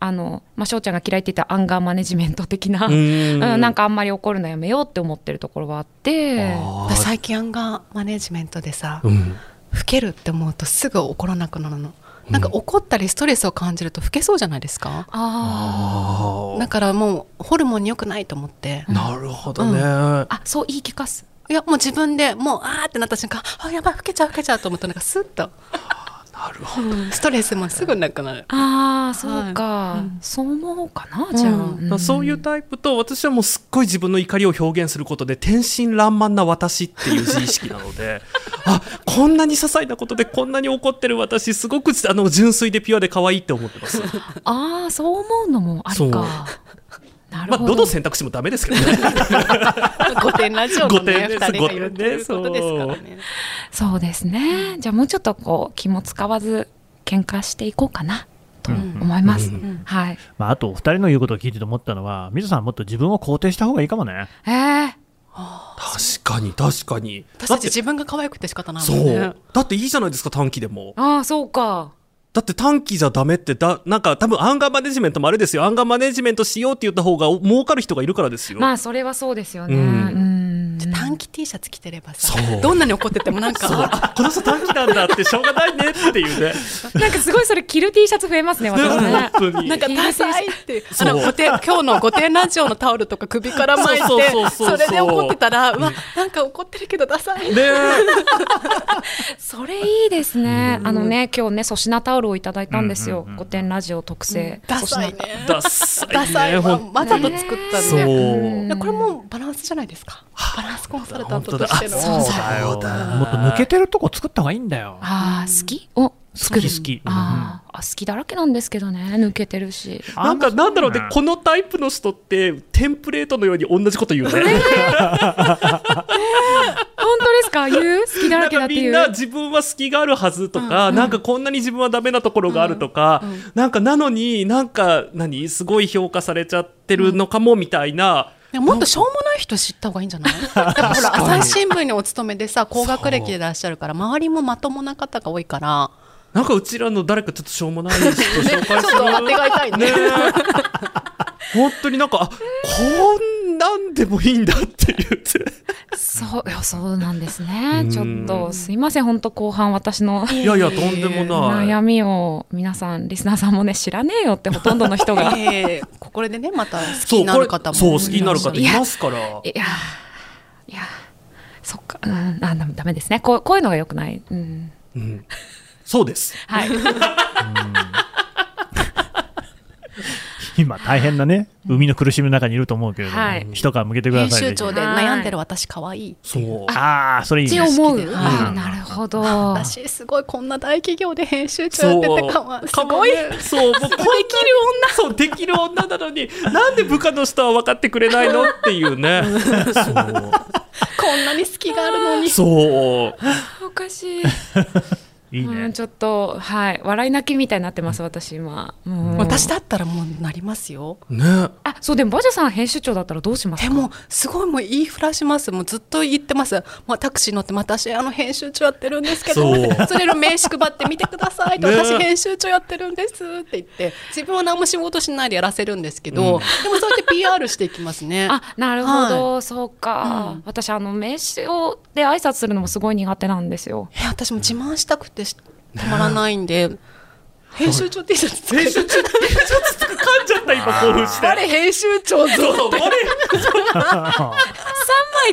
Speaker 2: あのまあ、翔ちゃんが嫌いって言ったアンガーマネジメント的な、うん、なんかあんまり怒るのやめようって思ってるところはあって
Speaker 3: あー
Speaker 4: 最近アンガーマネジメントでさ、
Speaker 3: うん
Speaker 4: 老けるって思うとすぐ怒らなくなるの。なんか怒ったりストレスを感じると老けそうじゃないですか。
Speaker 2: あ
Speaker 3: あ
Speaker 4: だからもうホルモンに良くないと思って
Speaker 3: ー。なるほどね、
Speaker 4: う
Speaker 2: ーあそう言い聞かす
Speaker 4: いやもう自分でもうあーってなった瞬間あやばい老けちゃう老けちゃうと思ったなんかスッと
Speaker 3: なるほど
Speaker 4: ストレスもすぐなくなる。
Speaker 2: ああそうか、
Speaker 4: はいうん
Speaker 2: そう思うかなじゃあ、
Speaker 4: うん
Speaker 2: ん
Speaker 3: そういうタイプと私はもうすっごい自分の怒りを表現することで天真爛漫な私っていう自意識なのであこんなに些細なことでこんなに怒ってる私すごくあの純粋でピュアで可愛いって思って ます
Speaker 2: ああそう思うのもありかなる
Speaker 3: まあ
Speaker 2: ほど,、
Speaker 3: どの選択肢もダメですけど ね
Speaker 4: 五点ラジオの
Speaker 3: 御殿
Speaker 4: ね
Speaker 3: で
Speaker 4: 二
Speaker 3: す
Speaker 4: 人が言ってることですからね。
Speaker 2: そうですねじゃあもうちょっとこう気も使わず喧嘩していこうかなと思います、
Speaker 3: うん
Speaker 4: うん
Speaker 2: はい
Speaker 5: まあ、あと、お二人の言うことを聞いてて思ったのは、水野さんもっと自分を肯定した方がいいかもね。
Speaker 2: えー、
Speaker 3: 確かに確かに
Speaker 4: 私
Speaker 3: だった
Speaker 4: ち
Speaker 3: て
Speaker 4: 自分が可愛くて仕方ない
Speaker 3: そ
Speaker 4: もんね
Speaker 3: う。だっていいじゃないですか短期でも
Speaker 2: ああそうか
Speaker 3: だって短期じゃダメってだなんか多分アンガーマネジメントもあれですよアンガーマネジメントしようって言った方がお儲かる人がいるからですよ、
Speaker 2: まあそれはそうですよね
Speaker 3: う
Speaker 2: うんん
Speaker 4: 短期 T シャツ着てればさ
Speaker 3: そう
Speaker 4: どんなに怒っててもなんか
Speaker 3: あこの人短期なんだってしょうがないねっていうね
Speaker 2: なんかすごいそれ着る T シャツ増えますね 私ね
Speaker 3: 本当に
Speaker 4: なんかダサいってあ
Speaker 3: そう
Speaker 4: のごて今日の「御殿ラジオ」のタオルとか首から巻い
Speaker 3: そう
Speaker 4: て
Speaker 3: そうそうそう
Speaker 4: それで怒ってたらうわなんか怒ってるけどダサい
Speaker 3: ね
Speaker 2: それいいですねあのね今日ね粗品タオルをいただいたんですよ「御殿ラジオ」特製
Speaker 4: ダサい
Speaker 2: 粗品
Speaker 4: ね
Speaker 3: ダッサいね
Speaker 4: ダサい
Speaker 3: ほ
Speaker 4: わ
Speaker 3: ん
Speaker 4: わざと作ったん
Speaker 3: そう
Speaker 4: で
Speaker 2: ん
Speaker 4: いやこれもバランスじゃないですかバランスコンサルタントとしての
Speaker 3: 本当だあ
Speaker 5: も
Speaker 3: そう
Speaker 5: っと
Speaker 3: だよ
Speaker 5: 抜けてるとこ作った方がいいんだよ。
Speaker 2: ああ好きを作
Speaker 5: 好
Speaker 2: る
Speaker 5: き好き。
Speaker 2: あーあ好きだらけなんですけどね抜けてるし
Speaker 5: うん
Speaker 3: なんかなんだろうね
Speaker 5: あ
Speaker 3: このタイプの人ってテンプレートのように同じこと言うね
Speaker 2: 本当ですか言う好きだ
Speaker 3: な
Speaker 2: ら
Speaker 3: ん
Speaker 2: けだ
Speaker 3: か
Speaker 2: って
Speaker 3: み
Speaker 2: い
Speaker 3: ん
Speaker 2: う
Speaker 3: な自分は隙があるはずとか、なんかこんなに自分はダメなところがあるとか、なんかなのになんか何すごい評価されちゃってるのかもみたいな、
Speaker 4: いやもっとしょうもない人知った方がいいん じゃないやっぱほら朝日新聞にお勤めでさ高学歴でいらっしゃるから周りもまともな方が多いから
Speaker 3: なんかうちらの誰かちょっとしょうもない人紹介する
Speaker 4: ちょっと当てがいたいね
Speaker 3: ねえ本当になんかあこんなんでもいいんだって言って
Speaker 2: そういやそうなんです
Speaker 3: う
Speaker 2: ね
Speaker 3: ん
Speaker 2: ちょっとすいません本当後半私の
Speaker 3: いやいやとんでもない、
Speaker 2: 悩みを皆さんリスナーさんもね知らねえよってほとんどの人が い
Speaker 4: ええここでねまた好き
Speaker 3: そう
Speaker 4: にな
Speaker 3: こ
Speaker 4: る
Speaker 3: れ
Speaker 4: 方も
Speaker 3: そう好きになる方い
Speaker 4: い
Speaker 3: ますから
Speaker 2: やいやそっかうんあダメですねこうこういうのが良くないうん
Speaker 3: うんそうです
Speaker 2: はい
Speaker 5: 今大変なね、海の苦しみの中にいると思うけれども
Speaker 2: はい、
Speaker 5: 一皮向けてくだ
Speaker 4: 編
Speaker 5: さい。
Speaker 4: 集
Speaker 5: ぜひ
Speaker 4: 長で悩んでる私可愛い
Speaker 3: そう
Speaker 5: ああ、それいい
Speaker 2: って
Speaker 5: ね。
Speaker 2: 思
Speaker 4: 好き
Speaker 2: う
Speaker 4: で
Speaker 2: あなるほど
Speaker 4: 私すごいこんな大企業で編集長や
Speaker 3: そ
Speaker 4: っ
Speaker 3: う
Speaker 4: ててかわいいすごい、
Speaker 3: かもねそう、もうできる女。そう、できる女なのに、なんで部下の人は分かってくれないのっていうね。
Speaker 4: こんなに好きがあるの に
Speaker 3: そう。そう。
Speaker 2: おかしい
Speaker 5: いい
Speaker 2: うん、
Speaker 5: ね。
Speaker 2: ちょっとはい笑い泣きみたいになってます私今、うん
Speaker 4: 私だったらもうなりますよ
Speaker 3: ね。
Speaker 2: あそうでもバジャさん編集長だったらどうします
Speaker 4: え
Speaker 2: か
Speaker 4: もうすごいもう言いふらしますもうずっと言ってます、まあ、タクシー乗って私あの編集長やってるんですけど
Speaker 3: そう
Speaker 4: それの名刺配って見てくださいと
Speaker 3: ね
Speaker 4: 私編集長やってるんですって言って自分は何も仕事しないでやらせるんですけど、でもそうやって PR していきますね
Speaker 2: あなるほど、そう
Speaker 4: う
Speaker 2: か、
Speaker 4: ん
Speaker 2: 私あの名刺をで挨拶するのもすごい苦手なんですよ
Speaker 4: え私も自慢したくてしたまらないんで、編集長 T シャツ作る
Speaker 3: 噛んじゃった、今、興奮して。
Speaker 4: あれ編集長ずっ
Speaker 3: そうそう、あれ
Speaker 2: 3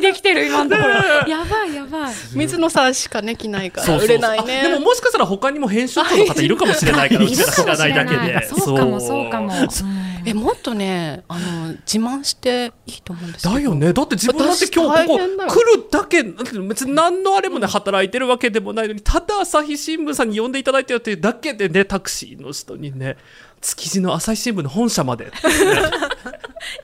Speaker 2: 枚できてる今のところやばいやばい
Speaker 4: 水野さんしかね着ないか
Speaker 3: そう
Speaker 4: ら
Speaker 3: そう
Speaker 4: 売れないね
Speaker 3: あでももしかしたら他にも編集長の方いるかもしれないから、う
Speaker 2: い
Speaker 3: ち
Speaker 2: る
Speaker 3: ら
Speaker 2: か
Speaker 3: 知
Speaker 2: らも
Speaker 3: な
Speaker 2: し
Speaker 3: い
Speaker 2: れ
Speaker 3: だけ
Speaker 2: な
Speaker 3: で。
Speaker 2: いそうかもそうかも、うん
Speaker 4: えもっとねあの自慢していいと思うんですけど
Speaker 3: だよね。だって自分だって今日ここ
Speaker 4: 私大
Speaker 3: 来
Speaker 4: 変だよ
Speaker 3: るだけ、だって別に何のあれもね、働いてるわけでもないのに、ただ朝日新聞さんに呼んでいただいてるっていうだけでね、タクシーの人にね、築地の朝日新聞の本社まで。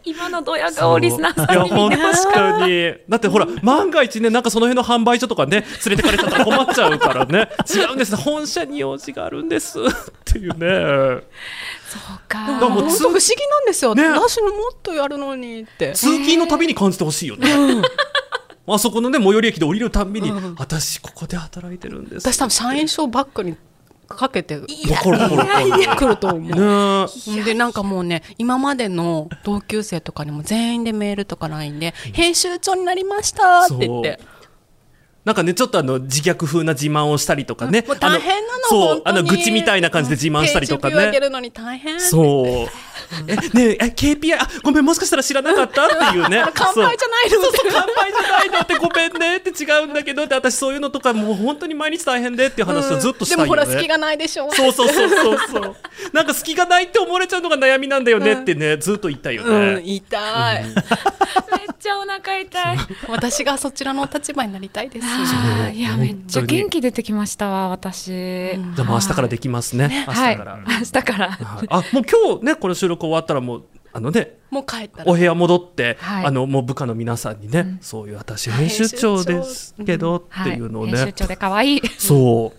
Speaker 2: 今のドヤ顔リスナー
Speaker 3: い
Speaker 2: さ
Speaker 3: や
Speaker 2: んに見
Speaker 3: 本
Speaker 2: てほしい
Speaker 3: 当にだってほら万が一ねなんかその辺の販売所とかね連れてかれちゃったら困っちゃうからね違うんです本社に用事があるんですっていうね
Speaker 2: か
Speaker 3: だからもう
Speaker 4: 本当
Speaker 3: 通
Speaker 4: 不思議なんですよ、
Speaker 3: ね
Speaker 4: 私のもっとやるのにって
Speaker 3: 通勤のたびに感じてほしいよね、あそこのね最寄り駅で降りるたんびに、私ここで働いてるんです
Speaker 4: 私多分社員証バッグにかけて
Speaker 3: わかるわかるわかる
Speaker 4: 来ると思う。
Speaker 3: ね
Speaker 4: でなんかもうね今までの同級生とかにも全員でメールとか LINE で「編集長になりました」って言って
Speaker 3: なんかね、ちょっとあの自虐風な自慢をしたりとかね。
Speaker 4: もう大変なの
Speaker 3: あそう、
Speaker 4: 本当に
Speaker 3: あの愚痴みたいな感じで自慢したりとか
Speaker 4: ページビュー上げ
Speaker 3: ね。
Speaker 4: るのに大変。
Speaker 3: そう。え、ねえ、え KPI、あ、ごめん、もしかしたら知らなかったっていうね
Speaker 4: 乾杯じゃないの
Speaker 3: そうそうそう乾杯じゃないのってごめんねって違うんだけどって、私そういうのとかもう本当に毎日大変でっていう話をずっとしたいよね。
Speaker 4: でもほら隙がないでしょ
Speaker 3: そうそうそうそうそう。なんか隙がないって思われちゃうのが悩みなんだよねってね、ずっと言ったよ
Speaker 4: うん
Speaker 3: ね。
Speaker 4: 言いたい
Speaker 2: めっちゃお腹痛い
Speaker 4: 私がそちらの立場になりたいです
Speaker 2: あーいやめっちゃ
Speaker 3: 本当に
Speaker 2: 元気出てきましたわ私、
Speaker 4: ん
Speaker 3: じゃあもう明日からできますね。明日か
Speaker 2: は
Speaker 3: ら
Speaker 2: い、。明日から
Speaker 3: はいあ、もう今日ね、この収録終わったらもう、あのね、
Speaker 4: もう帰ったら
Speaker 3: お部屋戻って、
Speaker 2: はい
Speaker 3: あのもう部下の皆さんにね、そういう私編集長ですけどっていうのをね、
Speaker 2: はい、編集長で可愛い
Speaker 3: そう
Speaker 2: 思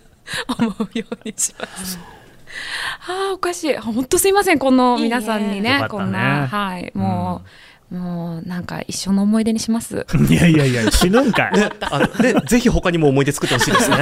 Speaker 2: うようにします。ああおかしい。本当すいませんこの皆さんに
Speaker 5: いい
Speaker 2: ね
Speaker 5: ねよかったね
Speaker 2: こんなはいもう、もうなんか一生の思い出にします。
Speaker 5: いやいやいや、死ぬんかい。
Speaker 3: ねあのねぜひ他にも思い出作ってほしいですね。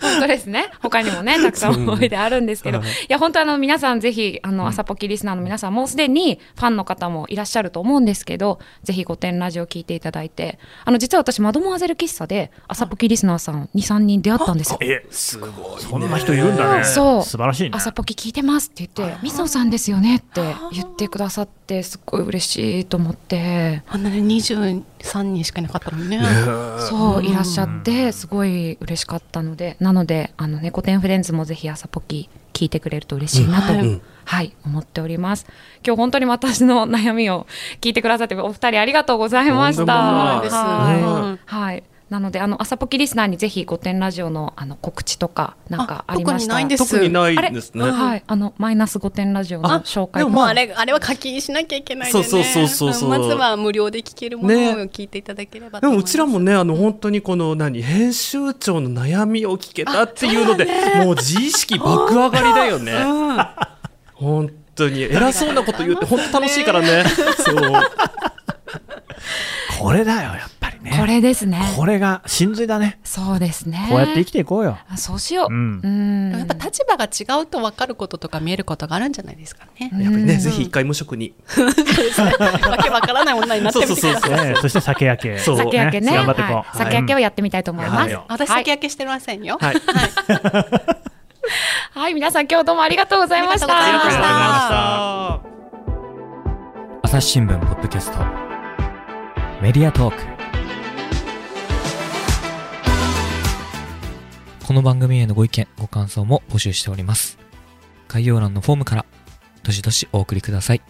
Speaker 2: 本当です ね。他にもねたくさん思い出あるんですけど、いや本当あの皆さんぜひあの朝ポキリスナーの皆さんもうすでにファンの方もいらっしゃると思うんですけど、ぜひ御殿ラジオ聞いていただいて、あの実は私マドモアゼル喫茶で朝ポキリスナーさん2、3人出会ったんですよ。
Speaker 5: え、すごい。そんな人いるんだね。
Speaker 2: そう
Speaker 5: 素晴らしいね。
Speaker 2: 朝ポキ聞いてますって言って、水野さんですよねって言ってくださって、すっごい嬉しいと思って、
Speaker 4: あんなに23人しかいなかったのにね
Speaker 2: そう、いらっしゃって、すごい嬉しかったので、なので、あの、猫天フレンズもぜひ朝ポキ聞いてくれると嬉しいなと、
Speaker 4: うん
Speaker 3: うん
Speaker 2: はい、思っております。今日本当に私の悩みを聞いてくださって、お二人ありがとうございました。
Speaker 3: とんでもない
Speaker 4: です
Speaker 2: は
Speaker 4: うん
Speaker 2: い。はいなので、あの、朝ポキリスナーにぜひ、御殿ラジオの、あの、告知とか、なんかあり
Speaker 4: 特
Speaker 2: まし
Speaker 4: に
Speaker 2: た
Speaker 4: ないんです
Speaker 3: 特にないんですね。
Speaker 2: はい、あのマイナス5点ラジオの紹介
Speaker 3: あで
Speaker 4: もう
Speaker 3: ま
Speaker 4: あれあれは課金しなきゃいけないんで
Speaker 3: そう
Speaker 4: ね
Speaker 3: そうそうそうそうん
Speaker 4: まずは無料で聞けるものを聞いていただけれ
Speaker 3: で
Speaker 4: ばと思
Speaker 3: も
Speaker 4: いうます
Speaker 3: ちらもね、あの本当にこの何、編集長の悩みを聞けたっていうので、もう自意識爆上がりだよね。本当に偉そうなこと言って、本当楽しいからね。そう。
Speaker 5: これだよ、やっぱりね。
Speaker 2: これですね
Speaker 5: これが真髄だね。
Speaker 2: そうですね
Speaker 5: こうやって生きていこうよ。
Speaker 2: あそうしよう
Speaker 5: う
Speaker 2: うん
Speaker 5: ん。
Speaker 2: ん
Speaker 4: やっぱ立場が違うと分かることとか見えることがあるんじゃないですか ね。
Speaker 3: やっぱりね、ぜひ一回無職に。
Speaker 4: わけわからない女になってみてください。
Speaker 3: そうそう
Speaker 5: ねそして酒焼け。
Speaker 3: そう
Speaker 2: 酒焼けね
Speaker 5: 頑張っていこ
Speaker 2: は
Speaker 5: う。
Speaker 2: い酒焼けをやってみたいと思い
Speaker 5: やっ
Speaker 2: ま
Speaker 5: てみ
Speaker 2: す
Speaker 5: よう
Speaker 4: 私
Speaker 2: はい
Speaker 4: 先明けしてませんよ。
Speaker 3: はい。
Speaker 2: はい皆さん今日どうもありがとうございました
Speaker 4: ありがとうございました
Speaker 3: ありがとうございました。
Speaker 1: 朝日新聞ポッドキャストメディアトークこの番組へのご意見ご感想も募集しております概要欄のフォームからどしどしお送りください